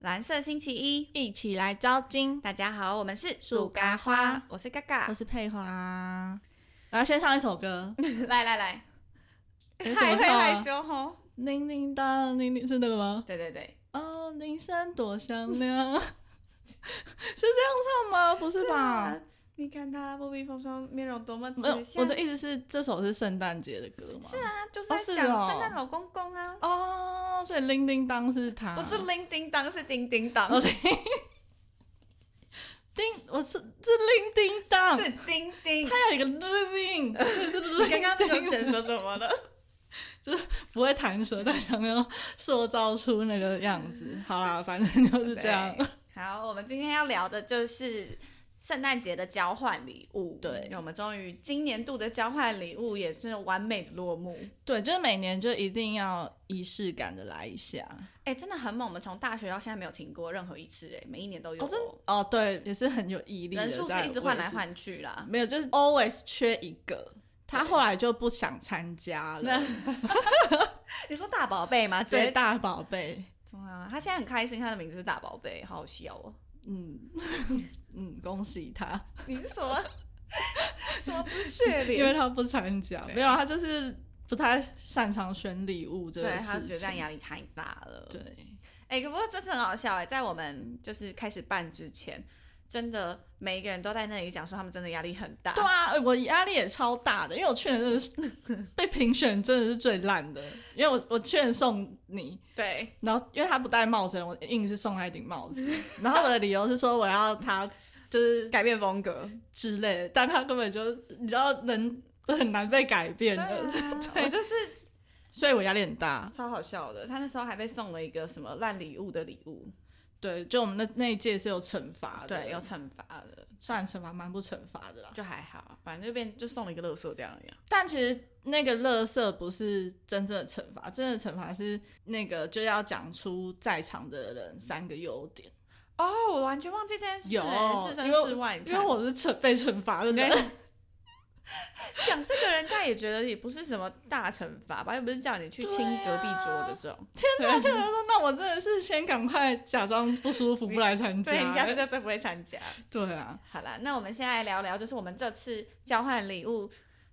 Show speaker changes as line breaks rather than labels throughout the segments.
蓝色星期一，
一起来招金。
大家好，我们是
树咖花
我是嘎嘎
我，是佩华，然后先唱一首 歌，
来来来，
哎怎
害
么唱
害
啊
害？羞哦。
铃铃当，铃铃是那个吗？
对对对，
哦，铃声多响 亮，是这样唱吗？不是吧？？
你看他波比风霜面容多么慈
没有，
祥，
我的意思是这首是圣诞节的歌吗？是啊。
他就是
哦
在
是
讲
哦
圣诞老公公啊，
哦，所以铃铃当是他，
不是铃叮当，是叮叮当，
啊哦对， 叮，我是是铃叮当，
是叮 叮。
它有一个 铃，是
你刚
铃
刚
叮
九姐说怎么了？
不会弹舌，但想要塑造出那个样子。好啦，反正就是这样。
嗯对。好，我们今天要聊的就是圣诞节的交换礼物。
对
因为我们终于今年度的交换礼物也是完美的落幕。
对，就是每年就一定要仪式感的来一下。
哎、真的很猛！我们从大学到现在没有停过任何一次、哎，每一年都有、
哦，真哦，对，也是很有毅力的。
人数
在
是一直换
位
来
置，
换去 嗯啦。
没有，就是 always 缺一个。他后来就不想参加了。
你说大宝贝吗？
对，
对，
大宝贝，
对啊，他现在很开心，他的名字是大宝贝，好好笑哦。
嗯 嗯，恭喜他，
你是什 么什么不屑
因为
脸？
他不参加。
对
没有，他就是不太擅长选礼物这
对
个
他
事
觉得这样
情。
压力太大了。
对，
哎、可不过这次很好笑哎、在我们就是开始办之前，真的每一个人都在那里讲说他们真的压力很大。
对啊，呃我压力也超大的，因为我去年真的是被评选真的是最烂的，因为我我去年送你，
对
然后因为他不戴帽子，我硬是送他一顶帽 子，然后我的理由是说我要他就是
改变风格，
之类的，但他根本就你知道人很难被改变
对、啊
的，，
我就是
所以我压力很大。
超好笑的。他那时候还被送了一个什么烂礼物的礼物，
对，就我们那那一届是有惩罚的，
对，有惩罚的，
虽然惩罚蛮不惩罚的啦，
就还好，反正就变就送了一个乐色这样啊一样。
但其实那个乐色不是真正的惩罚，真正的惩罚是那个就要讲出在场的人三个优 点。
哦，我完全忘记这件事、
有
哎置身
因为
事外你
因
看，
为我是惩被惩罚的人，
讲这个人家也觉得也不是什么大惩罚吧，又不是叫你去亲
对啊
隔壁桌的这种。
天哪！这个人说，那我真的是先赶快假装不舒服，不来参加。
对，你下次就最不会参加。
对啊，
好啦，那我们现在聊聊，就是我们这次交换礼物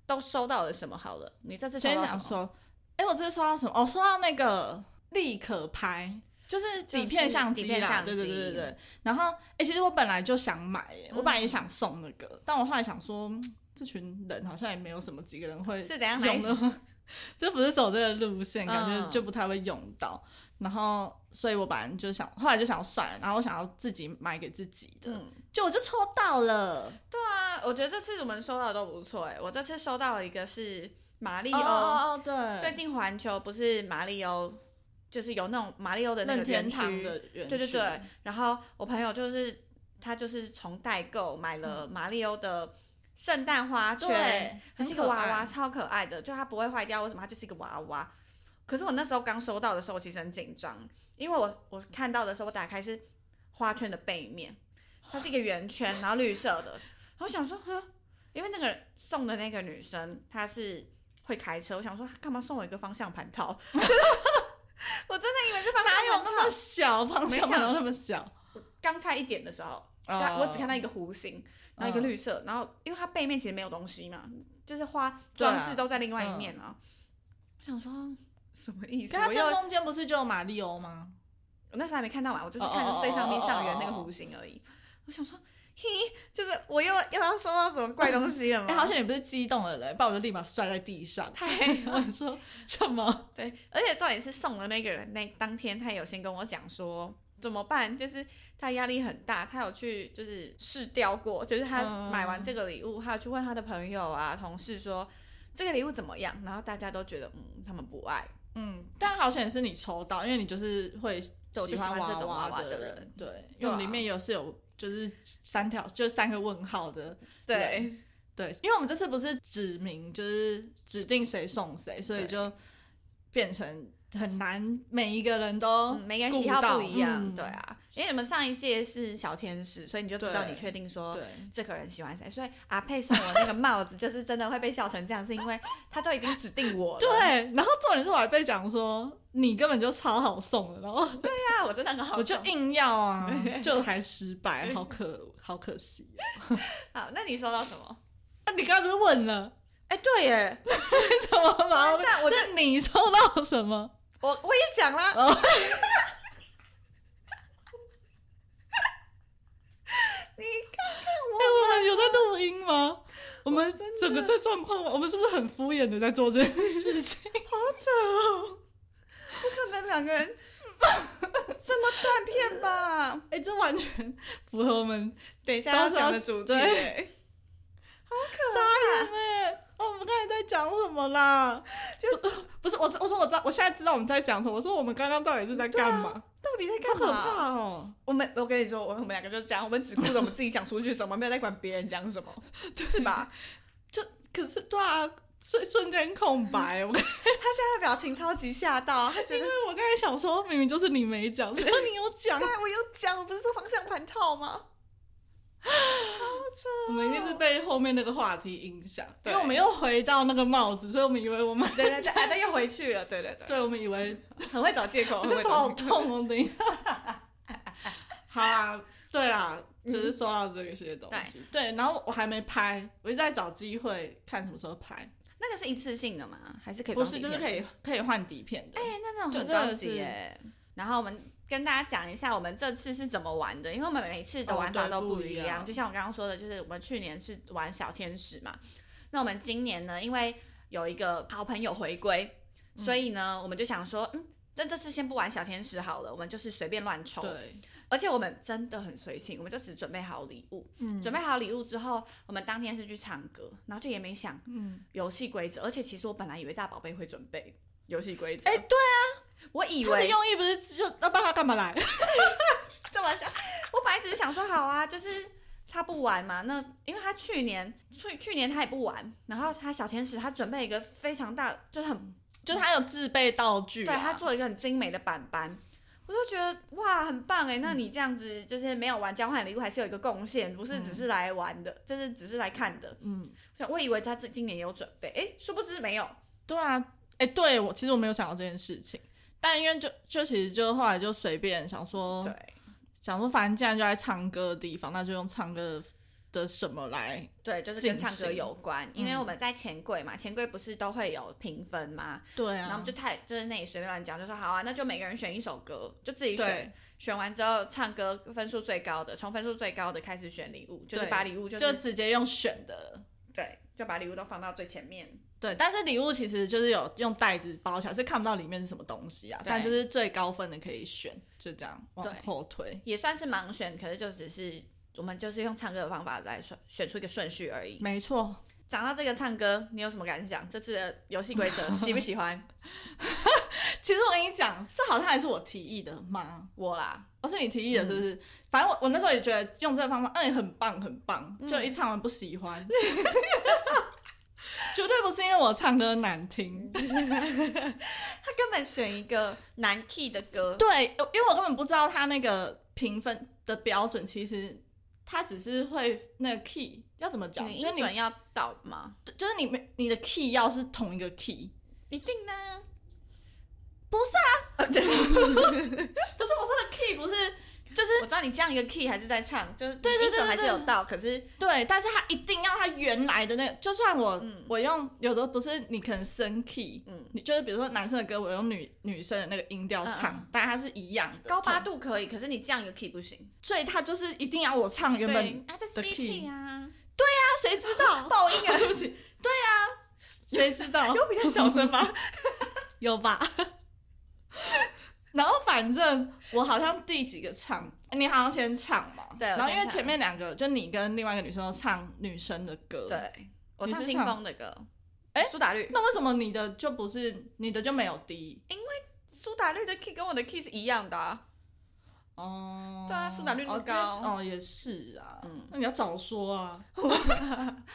都收到了什么好了。你这次收
先
到什
讲
么？
说，哎、我这次收到什么？哦，收到那个立可拍，就是底片相机
就是底片
啦。
相机
对对对对对。然后，哎、其实我本来就想买耶，
嗯
我本来也想送那个，但我后来想说，嗯这群人好像也没有什么几个人会
是怎样来
用？的， 就不是走这个路线，
嗯
感觉就不太会用到。然后，所以我本来就想，后来就想要算了，然后我想要自己买给自己的，
嗯，
就我就抽到了。
对啊，我觉得这次我们收到的都不错哎。我这次收到了一个是马里
哦
欧，
哦哦，
哎最
对，
近环球不是马里欧，就是有那种马里欧的那个
任天
园区
堂的园区，
对对对，然后我朋友就是他就是从代购买了马里欧的圣诞花圈
嗯对，
它
很
是一个
可
娃娃，
爱
超可爱的，就它不会坏掉，为什么？它就是一个娃娃。可是我那时候刚收到的时候，我其实很紧张，因为我我看到的时候，我打开是花圈的背面，它是一个圆 圈，然后绿色的，然后我 想说，哼，因为那个送的那个女生她是会开车，我想说她干嘛送我一个方向盘套？ 我真的以为是方向
哪
盘套，
有那么小？方向
没
盘
想
有那么小？哦
刚差一点的时候，就它我只看到一个弧形，然后一个绿色，然后因为它背面其实没有东西嘛，就是花
对啊
装饰都在另外一面啊。我想说什么意
可
思？
它
我又
正中间不是就有马里欧吗？
我那时候还没看到完，我就是
哦哦
看
哦
最上面
哦哦
上缘那个弧形而已。我想说，嘿，就是我又又要收到什么怪东西了吗？
哎， 好险你不是激动的人，不然我就立马摔在地上。
太
我说什么？
对，而且重点是送的那个人，那当天他有先跟我讲说怎么办，就是他压力很大，他有去就是试调过，就是他
嗯
买完这个礼物，他有去问他的朋友啊、同事说这个礼物怎么样，然后大家都觉得嗯，他们不爱，
嗯，但好险是你抽到，因为你就是会
对我
喜
就喜欢
欢
这种
娃
娃娃的
的
人。啊
对，因为我们里面有是有就是三条，就是三个问号的。
对，
对，因为我们这次不是指明，就是指定谁送谁，所以就变成很难每一个人都
嗯，每个人喜好
哦顾到
不一样，
嗯
对啊，因为你们上一届是小天使，所以你就知道
对
你确定说
对。
这个人喜欢谁，所以阿佩送我那个帽子，就是真的会被笑成这样，是因为他都已经指定我了。
对，然后重点是我还被讲说你根本就超好送的，然后
啊，我真的很好
我就
笑。
硬要 啊，就还失败，好可好可惜哦。
好，那你收到什么？
那 你刚刚不是问了，
哎、对耶，
为什么把我？
那我
那你收到什么？
我我也讲 啦。
哦
你看看
哎、我们有在录音吗？我们整个这状况，我们是不是很敷衍的在做这件事情？
我，走，不可能两个人这么断片吧？
哎、这完全符合我们
等一下
到
要
时候
讲的主题
对
耶，
傻眼 哎、哦我们刚才在讲什么啦？就 不是我是，我说我知道，我现在知道我们在讲什么。我说我们刚刚到底是在干嘛？
到底在
好
干
可
嘛？
怕哦！
我们我跟你说，我我们两个就是这样，我们只顾着我们自己讲出去什么，没有在管别人讲什么，是吧？
可是对啊，瞬瞬间空 白。我
他现在的表情超级吓到，他觉
因
得
为我刚才想说，明明就是你没讲，结果你有讲。
刚才我有讲，我不是说方向盘套吗？
我们一定是被后面那个话题影响，因
对
为我们又回到那个帽子，所以我们以为我们
对对对，哎，对，又回去了，对对对，
对，我们以为
很会找借口，
我
很
这
会
头
找
好
借口
痛哦，等一下。 好啦，对啦，就是收到这些东西。对，然后我还没拍，我一直在找机会看什么时候拍。
那个是一次性的吗？还是可以
不
放
是，
底
就
片？
是可以可以换底片的。
哎，那种
就
很
真的
高级
是
耶。然后我们跟大家讲一下我们这次是怎么玩的，因为我们每一次的
哦
玩法
对
都
不
一
一
样。
样
就像我刚刚说的，就是我们去年是玩小天使嘛，那我们今年呢，因为有一个好朋友回归，所以呢，我们就想说，嗯，那这次先不玩小天使好了，我们就是随便乱抽。
对，
而且我们真的很随性，我们就只准备好礼物。
嗯
准备好礼物之后，我们当天是去唱歌，然后就也没想
嗯，
游戏规则。而且其实我本来以为大宝贝会准备游戏规则，
哎
对啊，我以
他的
为
用意不是就要不然他干嘛来？
这么想，我本来只是想说好啊， 就是他不玩嘛。那因为他去年去去年他也不玩，然后他小天使他准备一个非常大，就是很
就他有自备道具
对
啊，
他做了一个很精美的板板。我就觉得哇，很棒
嗯
哎！那你这样子就是没有玩交换礼物，还是有一个贡献，不是只是来玩的，就是只是来看的。
嗯，
所以我以为他这今年也有准备，哎，殊不知没有。
对啊，哎、对我其实我没有想到这件事情，但因为就就其实就后来就随便想说
对
想说，反正既然就在唱歌的地方，那就用唱歌的什么来
对，就是跟唱
进
歌
行
有关，因为
嗯
我们在钱柜嘛，钱柜不是都会有评分吗？
对啊
然后我们就太就是那里随便乱讲，就说好啊，那就每个人选一首歌，就自己选，
对，
选完之后唱歌分数最高的，从分数最高的开始选礼物，就是
对
把礼物就是
就直接用选的。
对，就把礼物都放到最前面。
对，但是礼物其实就是有用袋子包起来，是看不到里面是什么东西啊。
对
但就是最高分的可以选，就这样往
对
后推。
也算是盲选，可是就只是我们就是用唱歌的方法来选选出一个顺序而已。
没错，
讲到这个唱歌，你有什么感想？这次的游戏规 则喜不喜欢？
其实我跟你讲，这好像还是我提议的吗？
我啦，
哦，是你提议的，是不
嗯
是？反正我我那时候也觉得用这个方法，嗯，很棒，很棒。
嗯
就一唱完不喜 欢， 绝对不是因为我唱歌难听，
他根本选一个难 key 的歌，
对，因为我根本不知道他那个评分的标准，其实他只是会那个 key 要怎么讲，
你
就是
音
你
准要到吗？
就是你没你的 key 要是同一啊个 key，
一定呢。
不是我说的 key 不是就是
我知道你降一个 key 还是在唱，就是
对对对
音准还是
对对
有到，可是
对，但是他一定要他原来的那个，就算我、
嗯
我用有的不是你可能升 key，
嗯，
你就是比如说男生的歌，我用女女生的那个音调唱，
嗯嗯
但它是一样的
高八，度可以，可是你降一个 key 不行。
所以他就是一定要我唱原本
对啊，就
的
吸
key
气啊，
那谁知 道
爆音啊，
对不起，对啊，谁知 道
有比较小声吗？
有吧？然后反正我好像第几个唱，你好像先唱嘛。
对我
然后因为
先唱
前面两个就你跟另外一个女生都唱女生的歌，。
对，我
你是
唱清
唱
风的歌。
哎
苏打绿，
那为什么你的就不是你的就没有低？
苏打绿的 key 跟我的 key 是一样的啊。
哦，
对啊苏打绿那
哦因
么
为是
高
哦，也是啊，
嗯
那你要早说啊。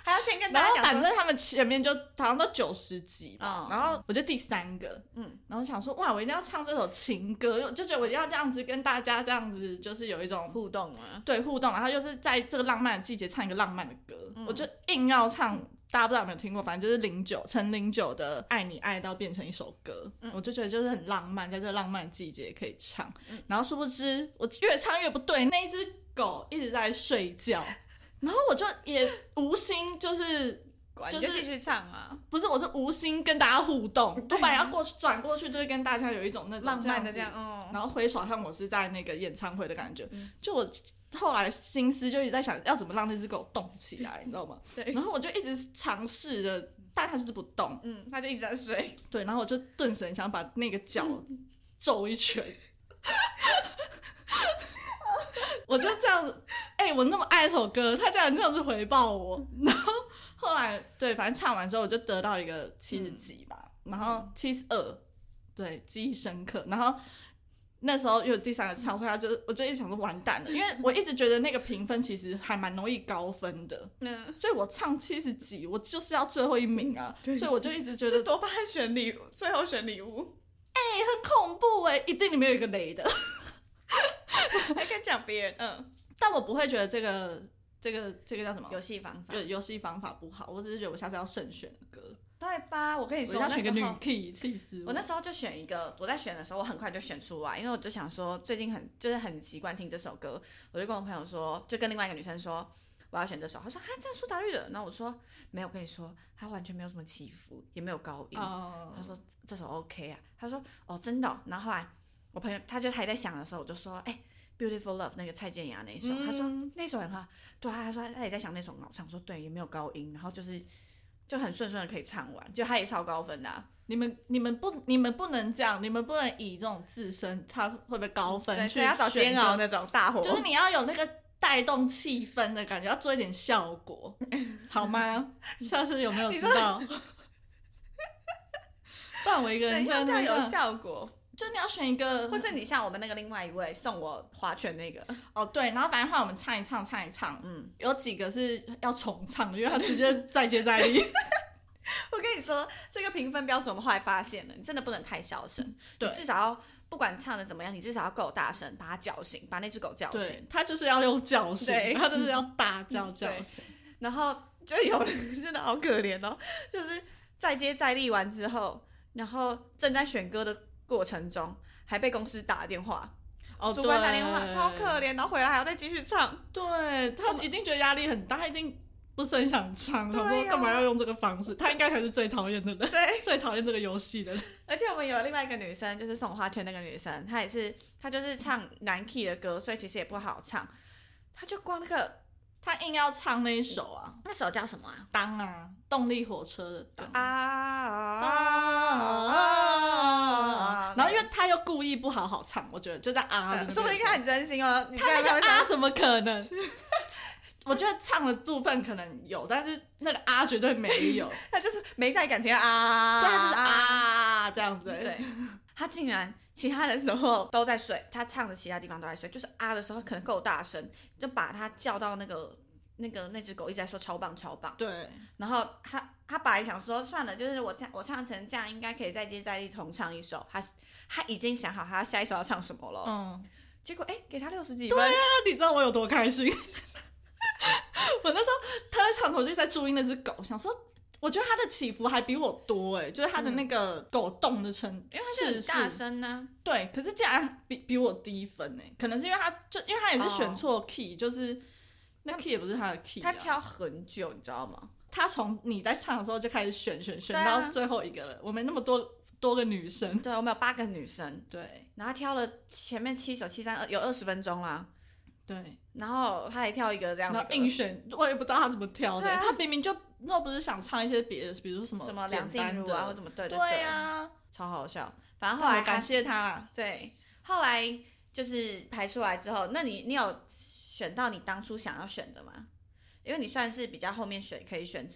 还要先
然
跟大
后
家
反
讲说，
正他们前面就好像都九十集吧，
嗯
然后我就第三个，
嗯，
然后想说哇，我一定要唱这首情歌，因为我就觉得我一定要这样子跟大家这样子，就是有一种
互动啊，
对互动，然后又是在这个浪漫的季节唱一个浪漫的歌，
嗯
我就硬要唱。大家不知道有没有听过，反正就是零九陈零九的《爱你爱到变成一首歌》
嗯
我就觉得就是很浪漫，在这个浪漫季节可以唱。
嗯
然后殊不知我越唱越不对，那一只狗一直在睡 觉，然后我就也无心就是
管
就
你就是继续唱啊，
不是，我是无心跟大家互动，我
对啊
本来要过去转过去，就是跟大家有一种那种
浪漫的
子
这样，，嗯，
然后挥手，像我是在那个演唱会的感觉。
嗯
就我后来心思就一直在想，要怎么让那只狗动起来，你知道吗？
对
嗯然后我就一直尝试着，但它就是不动。
嗯，他就一直在睡，
对，然后我就顿时很想把那个脚揍一拳。我就这样子，哎、我那么爱这首歌，他竟然这样子回报我。然后后来，对，反正唱完之后，我就得到一个七十几吧，然后七十二，对，记忆深刻。然后那时候又有第三个唱，所以他就我就一直想说完蛋了，因为我一直觉得那个评分其实还蛮容易高分的，
嗯，
所以我唱七十几，我就是要最后一名啊，所以我就一直觉得
就多帮他选礼物，最后选礼物，
恐怖哎、一定里面有一个雷的。
还敢讲别人，嗯，
但我不会觉得这个这个这个叫什么
游戏方法
游游戏方法不好，我只是觉得我下次要慎选歌，
对吧？我跟你
我一
说，
定
欸我
要
那
选个
时
女
候
key，气死
我
我！
那时候就选一个，我在选的时候，我很快就选出来，因为我就想说，最近很就是很习惯听这首歌，我就跟我朋友说，就跟另外一个女生说，我要选这首，她说啊，这样苏打绿的，然后我说没有，我跟你说，它完全没有什么起伏，也没有高音，
哦
他说这首 OK 啊，他说哦真的哦、然后后来我朋友他就还在想的时候，我就说哎、Beautiful Love 那个蔡健雅那一首，他说
嗯
那首很好，对啊，他说他也在想那首很好唱，我说对，也没有高音，然后就是就很顺顺的可以唱完，就他也超高分的、啊，
你们你们不你们不能这样，你们不能以这种自身他会不会高分
对，
去
所以要找
选
煎熬
歌，
那种大火，
就是你要有那个。带动气氛的感觉，要做一点效 果，好吗？下次有没有
你
知
说
道？ 不然我一个人
怎
这样
样
这
叫
样，这
有
样
效果？
就你要选一个，
或是你像我们那个另外一位送我花圈那个，
哦，对，然后反正后来我们唱一唱，唱一唱，
嗯
嗯，有几个是要重唱，因为他直接再接再厉。
我跟你说这个评分标准，我们后来发现了，你真的不能太小声，
嗯对
你至少要不管唱的怎么样，你至少要够大声，把它叫醒，把那只狗叫醒。
对，他就是要用叫声
对，
他就是要大叫叫
对
声。
然后就有人 真的好可怜哦，就是再接再厉完之后，然后正在选歌的过程中，还被公司打电话，
哦，
主管打电话，
对
超可。怜，然后回来还要再继续唱。
对他一定觉得压力很大，他一定不是很想唱，
对
他
啊
说干嘛要用这个方式？他应该才是最讨厌的人，
对，
最讨厌这个游戏的人。
而且我们有另外一个女生，就是送花圈那个女生，她也是，她就是唱男 key 的歌，所以其实也不好唱。她就光那个
他硬要唱那一首啊，
那首叫什么啊？
当啊，动力火车的当
啊啊
啊，然后因为他又故意不好好唱，我觉得就在啊里面唱，
说不定她很真心哦。你
他
现在
那
会
个
想
啊怎么可能？ 我觉得唱的部分可能有，但是那个啊绝对没有，
他就是没带感情的啊，
对，他就是，啊这样子。
对，他竟然其他的时候都在睡，他唱的其他地方都在睡，就是啊的时候可能够大声，就把他叫到那个那个那只狗一直在说超棒超棒，
对，
然后他他本来想说算了，就是我唱我唱成这样应该可以再接再厉重唱一首，他他已经想好他下一首要唱什么了，
嗯，啊
结果哎给他六十几分，
那你知道我有多开心？ 我那时候他在唱的时候就在注意那只狗，想说。我觉得他的起伏还比我多哎、就是他的那个狗动的程，
因为他是很
次数
大声啊呢、
对，可是竟然比比我低分呢、可能是因为他就因为他也是选错 key，、就是
嗯
那 key 也不是他的 key，、啊、
他挑很久，你知道吗？
他从你在唱的时候就开始选选选
对啊
到最后一个了，我们那么多多个女生，
对，我们有八个女生，
对
然后他挑了前面七首七三二有二十分钟啦，
对，
然后他还跳一个这样
然
的
后硬选，我也不知道他怎么挑的，
对啊
他明明就那不是想唱一些别的，比如说什么
什么梁
简
静
单
茹
的，
啊或什么对
对
对
啊，
超好笑。反
然
正后
后
来
感
他
谢他，
对，后来就是排出来之后，那你你有选到你当初想要选的吗？因为你算是比较后面选可以选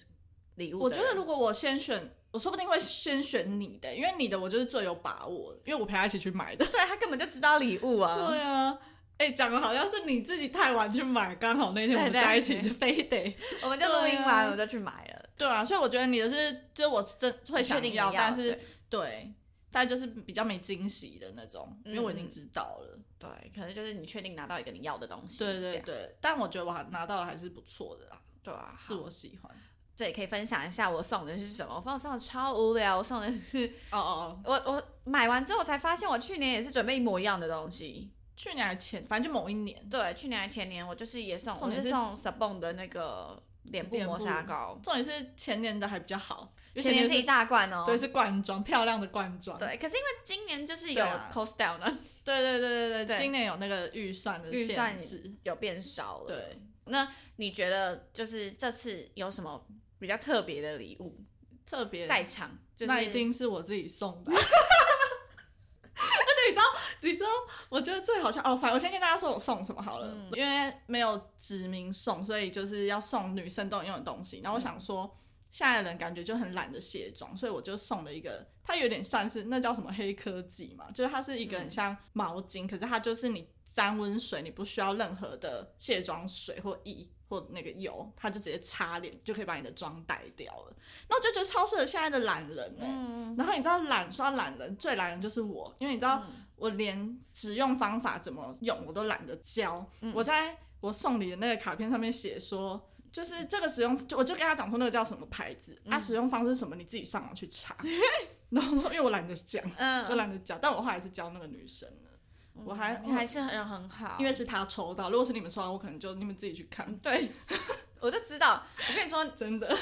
礼物
我
的
觉
人，
得如果我先选，我说不定会先选你的，因为你的我就是最有把握的，因为我陪他一起去买的，
对他根本就知道礼物啊，
对啊。哎、讲的好像是你自己太晚去买，刚好那天我们
对对
在一起，
对
非得
我们就录音完我就去买了，
对啊，所以我觉得你的是，就是我真会
确
想
定你
要，但
对
是对，但就是比较没惊喜的那种，因为我已
嗯
经知道了。
对，可能就是你确定拿到一个你要的东西，
对对
这样
对，但我觉得我还拿到了还是不错的啦，
对啊，
是
好
我喜欢。
这也可以分享一下我送的是什么。我送的超无聊，我送的是
哦哦，
我我买完之后我才发现，我去年也是准备一模一样的东西。
去年还前，反正就某一年，
对，去年还前年我就是也送，
重
我
点
是
是
送 Sabon 的那个脸部
脸
磨
部
砂膏，
重点是前年的还比较好，因为
前年
是
是一大罐哦。
对是罐装，漂亮的罐装。
对，可是因为今年就是
对
有
啊
cost down 了，
对对对对
对
对，今年有那个预算的
预算
限制。
有变少了。
对，
那你觉得就是这次有什么比较特别的礼物
特别
在场？就是、
那一定是我自己送的。 而且你知道，你知道，我觉得最好笑哦。反正我先跟大家说我送什么好了，
嗯
因为没有指明送，所以就是要送女生都能用的东西。然后我想说，现在的人感觉就很懒得卸妆，所以我就送了一个，它有点算是那叫什么黑科技嘛，就是它是一个很像毛巾，可是它就是你沾温水，你不需要任何的卸妆水或液或那个油，它就直接擦脸就可以把你的妆带掉了。那我就觉得超适合现在的懒人哎、
嗯，
然后你知道懒说到懒人最懒人就是我，因为你知道
嗯
我连使用方法怎么用我都懒得教。
嗯
我在我送礼的那个卡片上面写说，就是这个使用，就我就跟他讲说那个叫什么牌子，
嗯
它、使用方式是什么，你自己上网去查。 然后因为我懒得讲，
嗯
我懒得讲，但我后来是教那个女生的，我还
你还是人很好，
因为是她抽到，如果是你们抽到，我可能就你们自己去
嗯
看。对，
我就知道。我跟你说，
真的。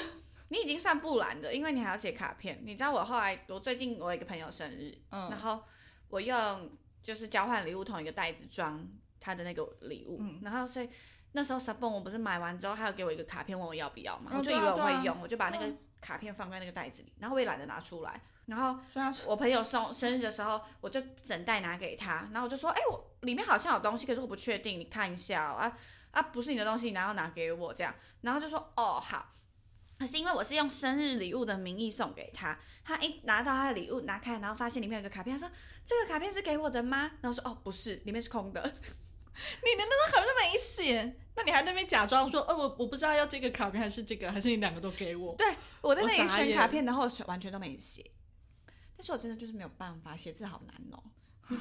你已经算不懒的，因为你还要写卡片。你知道我后来，我最近我有一个朋友生日，
嗯
然后我用就是交换礼物同一个袋子装他的那个礼物，
嗯
然后所以那时候 Sabon 我不是买完之后，他有给我一个卡片问我要不要嘛，
嗯
我就以
对
为
啊
我
对啊
会用，我就把那个
嗯
卡片放在那个袋子里，然后我也懒得拿出来，然后。
所以她是
我朋友送生日的时候，我就整袋拿给他，然后我就说，哎、我里面好像有东西，可是我不确定，你看一下、哦、啊啊，不是你的东西，你然后拿给我这样，然后就说，哦，好。可是因为我是用生日礼物的名义送给他，他一拿到他的礼物，拿开，然后发现里面有一个卡片，他说这个卡片是给我的吗？然后我说哦不是，里面是空的。
你连那张卡片都没写，那你还在那边假装说，哦，我我不知道要这个卡片还是这个，还是你两个都给我。
对，我在
我
那里
傻
选
眼
卡片，然后我完全都没写。但是我真的就是没有办法，写字好难哦，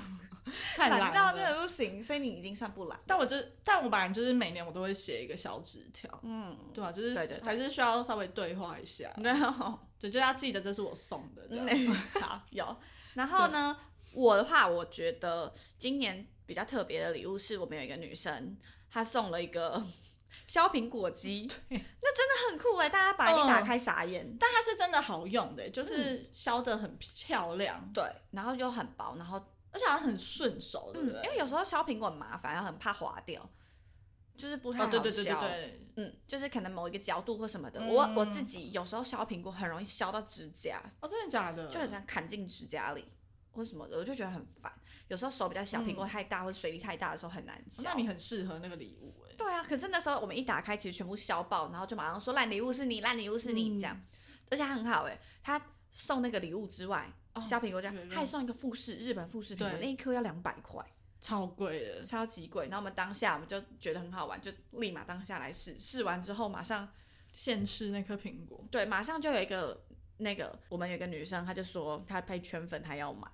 太懒
到
了。
真的不行，所以你已经算不懒。
但我就，但我本来就是每年我都会写一个小纸条，
嗯，
对吧、就是
对对对
还是需要稍微对话一下，
对哦。
对，就要记得这是我送的，这样。
嗯， 好有。然后呢，我的话，我觉得今年比较特别的礼物是我们有一个女生，她送了一个 削苹果机，那真的很酷哎，大家把你打开傻眼。
但它是真的好用的，欸就是
嗯
削的很漂亮，
对，然后又很薄，然后
而且好像很顺手，对
嗯
不，对？
因为有时候削苹果很麻烦，然后很怕滑掉，就是不太
哦
好，削。
对对对对对，
嗯，就是可能某一个角度或什么的。
嗯
我我自己有时候削苹果很容易削到指甲，
哦，真的假的？
就很像砍进指甲里或什么的，我就觉得很烦。有时候手比较小，苹果太大或者水力太大的时候很难削。
那你很适合那个礼物，哎，
对啊，可是那时候我们一打开，其实全部削爆，然后就马上说烂礼物是你，烂礼物是你、
嗯
这样，而且他很好哎、他送那个礼物之外，削苹果酱
对对
还送一个富士日本富士苹果，
哦对
那一颗要两百块，
超贵的，
超级贵。然后我们当下我们就觉得很好玩，就立马当下来试，试完之后马上
现吃那颗苹果，
对，马上就有一个那个我们有一个女生，她就说她被圈粉，她要买。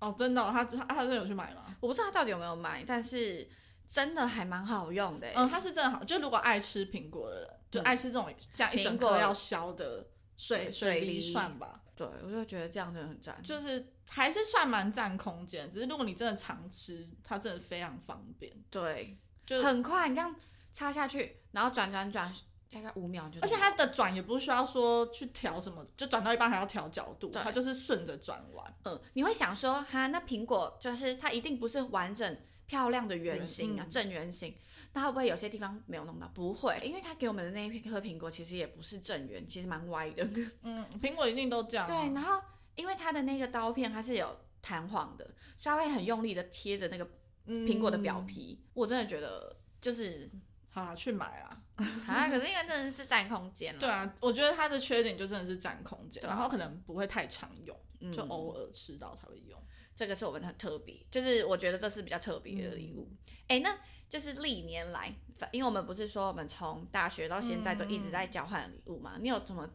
哦，真的哦、他他他真的有去买吗？
我不知道他到底有没有买，但是真的还蛮好用的欸、
嗯，它是真的好，就如果爱吃苹果的人，
嗯
就爱吃这种这样一整
苹
颗
果
要削的水
水
水
梨嗯
梨算吧，
对，我就觉得这样真的很赞。
就是还是算蛮占空间。只是如果你真的常吃，它真的非常方便，
对，
就
很快，你这样插下去，然后转转转，大概五秒就。
而且它的转也不需要说去调什么，就转到一半还要调角度，
对
它就是顺着转完。
嗯，你会想说，哈，那苹果就是它一定不是完整漂亮的圆形啊，
嗯
正圆形。那会不会有些地方没有弄到？不会，因为它给我们的那一颗苹果其实也不是正圆，其实蛮歪 的。
嗯，苹果一定都这样、啊
对，，然后因为它的那个刀片它是有弹簧的，所以它会很用力的贴着那个
嗯
苹果的表。皮，我真的觉得就是
好啦，去买啦。
啊，可是因为真的是占空间了，
对啊，我觉得它的缺点就真的是占空间，
嗯对啊
然后可能不会太常用，
嗯
就偶尔吃到才会用。
这个是我们很特别，就是我觉得这是比较特别的礼物。
嗯
哎、那就是历年来，反因为我们不是说我们从大学到现在都一直
嗯
在交换礼物嘛？你有怎么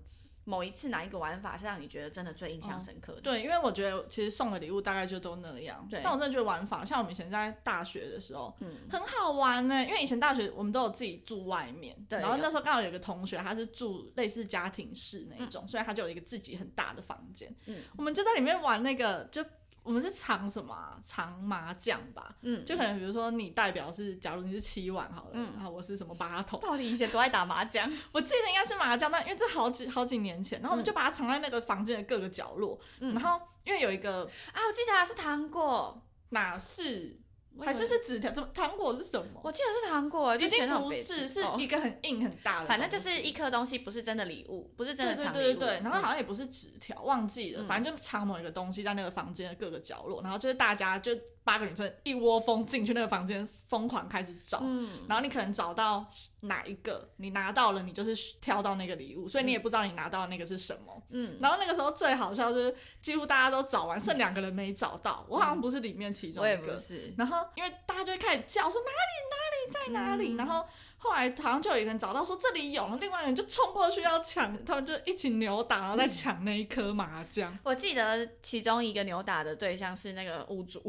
某一次哪一个玩法是让你觉得真的最印象深刻的？
哦对，因为我觉得其实送的礼物大概就都那样。
对
但我真的觉得玩法，像我们以前在大学的时候，
嗯，
很好玩呢、因为以前大学我们都有自己住外面，
对
然后
有
那时候刚好有一个同学，他是住类似家庭式那一种，所以他就有一个自己很大的房间。
嗯，
我们就在里面玩那个，就我们是藏什么、啊？藏麻将吧。
嗯
就可能比如说你代表是，假如你是七碗好了，然后我是什么八筒，
到底以前多爱打麻将？
我记得应该是麻将，但因为这好几好几年前，然后我们就把它藏在那个房间的各个角落。
嗯
然后因为有一个
啊，我记得啊是糖果，
哪是
我以为
还是是纸条，怎么糖果是什么？
我记得是糖果，就
一
选
定
那种
不
杯
是，
子
是
哦
一个很硬很大的东西，
反正就是一颗东西，不是真的礼物，不是真
对
的
对
藏礼物。
对对，然后好像也不是纸条，忘记了，
嗯
反正就藏某一个东西在那个房间的各个角落，然后就是大家就八个女生一窝蜂进去那个房间，疯狂开始找。
嗯，
然后你可能找到哪一个，你拿到了，你就是挑到那个礼物，所以你也不知道你拿到的那个是什么。
嗯
然后那个时候最好笑就是几乎大家都找完，剩两个人没找到，我好像不是里面其中
我也
一
不
个。
是，
然后因为大家就会开始叫说哪里哪里在哪里，然后后来好像就有一个人找到说这里有，然后另外一个人就冲过去要抢，他们就一起扭打，然后再抢那一颗麻将。
我记得其中一个扭打的对象是那个屋主，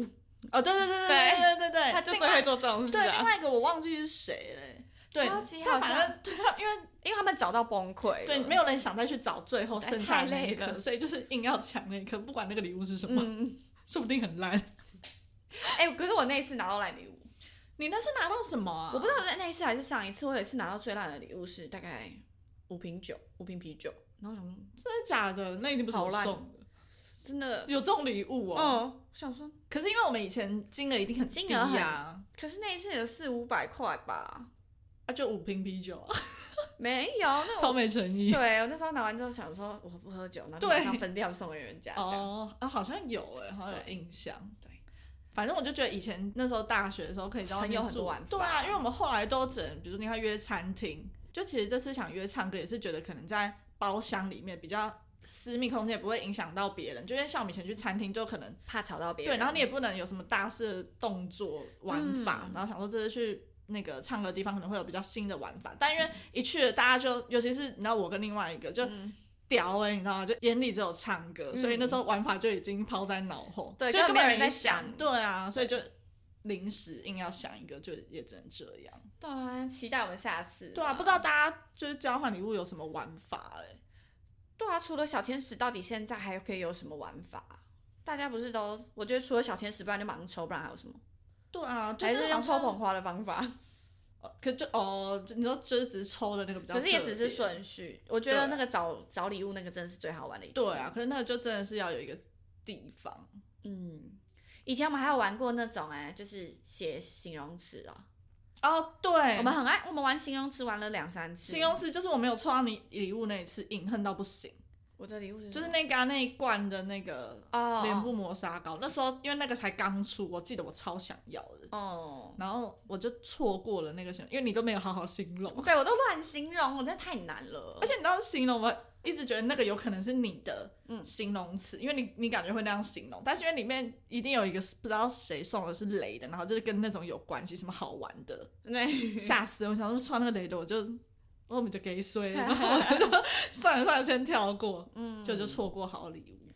哦，对对对对对对，
他就
另
最
外
会做这种事
对，另
啊，
外一个我忘记是谁嘞。对
超级，
但
好
反
笑
正对他，因为
因为他们找到崩溃 了，
对没有人想再去找最后剩下的那一
太累
颗，
了
所以就是硬要抢那一颗，不管那个礼物是什么，
嗯，
说不定很烂。
哎、可是我那一次拿到烂礼物，
你那是拿到什么啊？
我不知道那那一次还是上一次，我有一次拿到最烂的礼物是大概五瓶酒，五瓶啤酒，然后我想说
真的假的？那一定不是我
好烂
送的，
真的，
有这种礼物哦。
哦，我想说，
可是因为我们以前金额一定很低
金额很
啊，
可是那一次有四五百块吧，
啊就五瓶啤酒，啊
没有，那我
超没诚意。
对我那时候拿完之后想说我不喝酒，那就
对
马上分掉送给人家。这样
哦啊，好像有哎、好像有
对
印象。
对，
反正我就觉得以前那时候大学的时候可以到外面
很有很多
住
玩法
对啊，因为我们后来都只能，比如说你要约餐厅，就其实这次想约唱歌也是觉得可能在包厢里面比较。私密空间也不会影响到别人，就因为像我们以前去餐厅，就可能
怕吵到别人。
对，然后你也不能有什么大事的动作玩
嗯
法，然后想说这次去那个唱歌的地方可能会有比较新的玩法，但因为一去了大家就，尤其是你知道我跟另外一个就
嗯
屌哎、欸，你知道吗？就眼里只有唱歌，所以那时候玩法就已经抛在脑后，
对
就
根
根
本没有
没
人在
想，
想
对啊，所以就临时硬要想一个，就也只能这样。
对啊，期待我们下次。
对啊，不知道大家就是交换礼物有什么玩法哎、
对啊，除了小天使，到底现在还可以有什么玩法？大家不是都，我觉得除了小天使，不然就盲抽，不然还有什么？
对啊，就
还
是
是
好
用抽
像
捧，花的方法，
呃可就哦，就你说就是只是抽的那个比较特
可
别，
是也只是顺序。我觉
对
得那个找找礼物那个真的是最好玩的一次。
对啊，，可是那个就真的是要有一个地方，
嗯，以前我们还有玩过那种哎、就是写形容词哦。
哦，对，
我们很爱，我们玩形容词玩了两三次。
形容词就是我没有抽到你礼物那一次，硬恨到不行，
我的礼物是
就是
什么
那个啊、那一罐的那个
哦
脸部磨砂膏，那时候因为那个才刚出，我记得我超想要的，
哦，
然后我就错过了那个形容，因为你都没有好好形容，
对我都乱形容，我真的太难了
而。且你当时形容我。一直觉得那个有可能是你的
嗯
形容词，因为你你感觉会那样形容，但是因为里面一定有一个是不知道谁送的是雷的，然后就是跟那种有关系，什么好玩的，
对，
吓死！我想说穿那个雷的，我就我们就给衰，然 后我就算了算了，先跳过，
嗯
就就错过好礼物。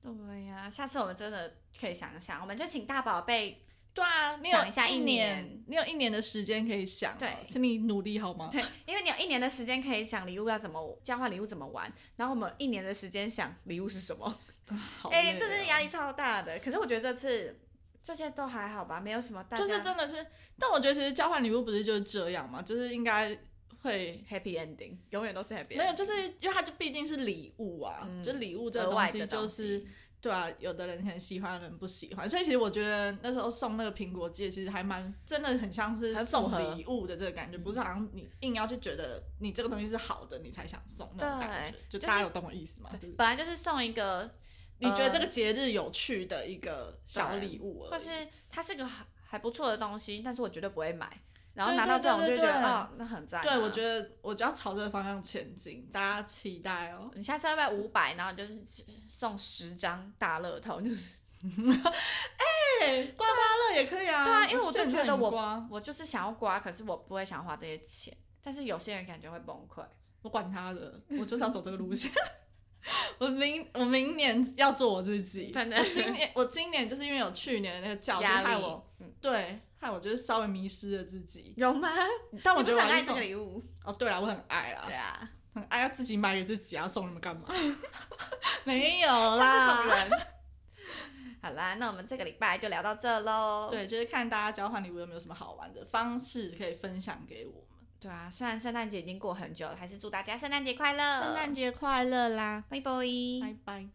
对呀、下次我们真的可以想想，我们就请大宝贝，
对啊，你有
想一下
一
一年
你有一年的时间可以想、啊
对
请你努力好吗？
对，因为你有一年的时间可以想礼物要怎么交换礼物怎么玩，然后我们有一年的时间想礼物是什么，
好
哎、
累
这
哦
是压力超大的。可是我觉得这次这些都还好吧，没有什么大家
就是真的是，但我觉得其实交换礼物不是就是这样嘛，就是应该会。
happy ending，永远都是 happy，
没有，就是因为它就毕竟是礼物啊，
嗯
就礼物
ending，
这个
额
东
外
西
的
就
东
是
西
对啊，有的人可能喜欢，有的人不喜欢，所以其实我觉得那时候送那个苹果戒，其实还蛮真的，很像是
很符
送
合嗯
礼物的这个感觉，不是好像你硬要去觉得你这个东西是好的，你才想送那种感觉，就
就是
大家有懂我意思吗？对
对
不对
本来就是送一个，
你觉得这个节日有趣的一个小礼物而
或
已，
是它是个还还不错的东西，但是我绝对不会买。然后
对
拿到
对
这种
对
就觉得
对
哦，那很赞啊、
对我觉
得
得我就要朝这个方向前进，大家期待哦。
你下次要不要五百，然后就是送十张大乐透，就是
刮刮乐也可以啊。
对啊因为我
现
真
场
的觉得
也
我
刮，
我就是想要刮，可是我不会想花这些钱。但是有些人感觉会崩溃，
我管他的，我就是要走这个路线。 我明我明年要做我自己。
真的
我今年我今年就是因为有去年的那个教训
压力
害我，对，害我就是稍微迷失了自己。
嗯有吗？
但我
嗯你
觉
不
得我
是很
还
爱
是
这个
送
礼物，
哦，对了，我很爱啦，
啊，
很爱要自己买给自己啊，送你们干嘛？没有啦，
他这种人。 好啦，那我们这个礼拜就聊到这喽。
对，就是看大家交换礼物有没有什么好玩的方式可以分享给我们。
对啊，虽然圣诞节已经过很久了，还是祝大家圣诞节快乐，
节快乐啦，
拜拜。
拜拜。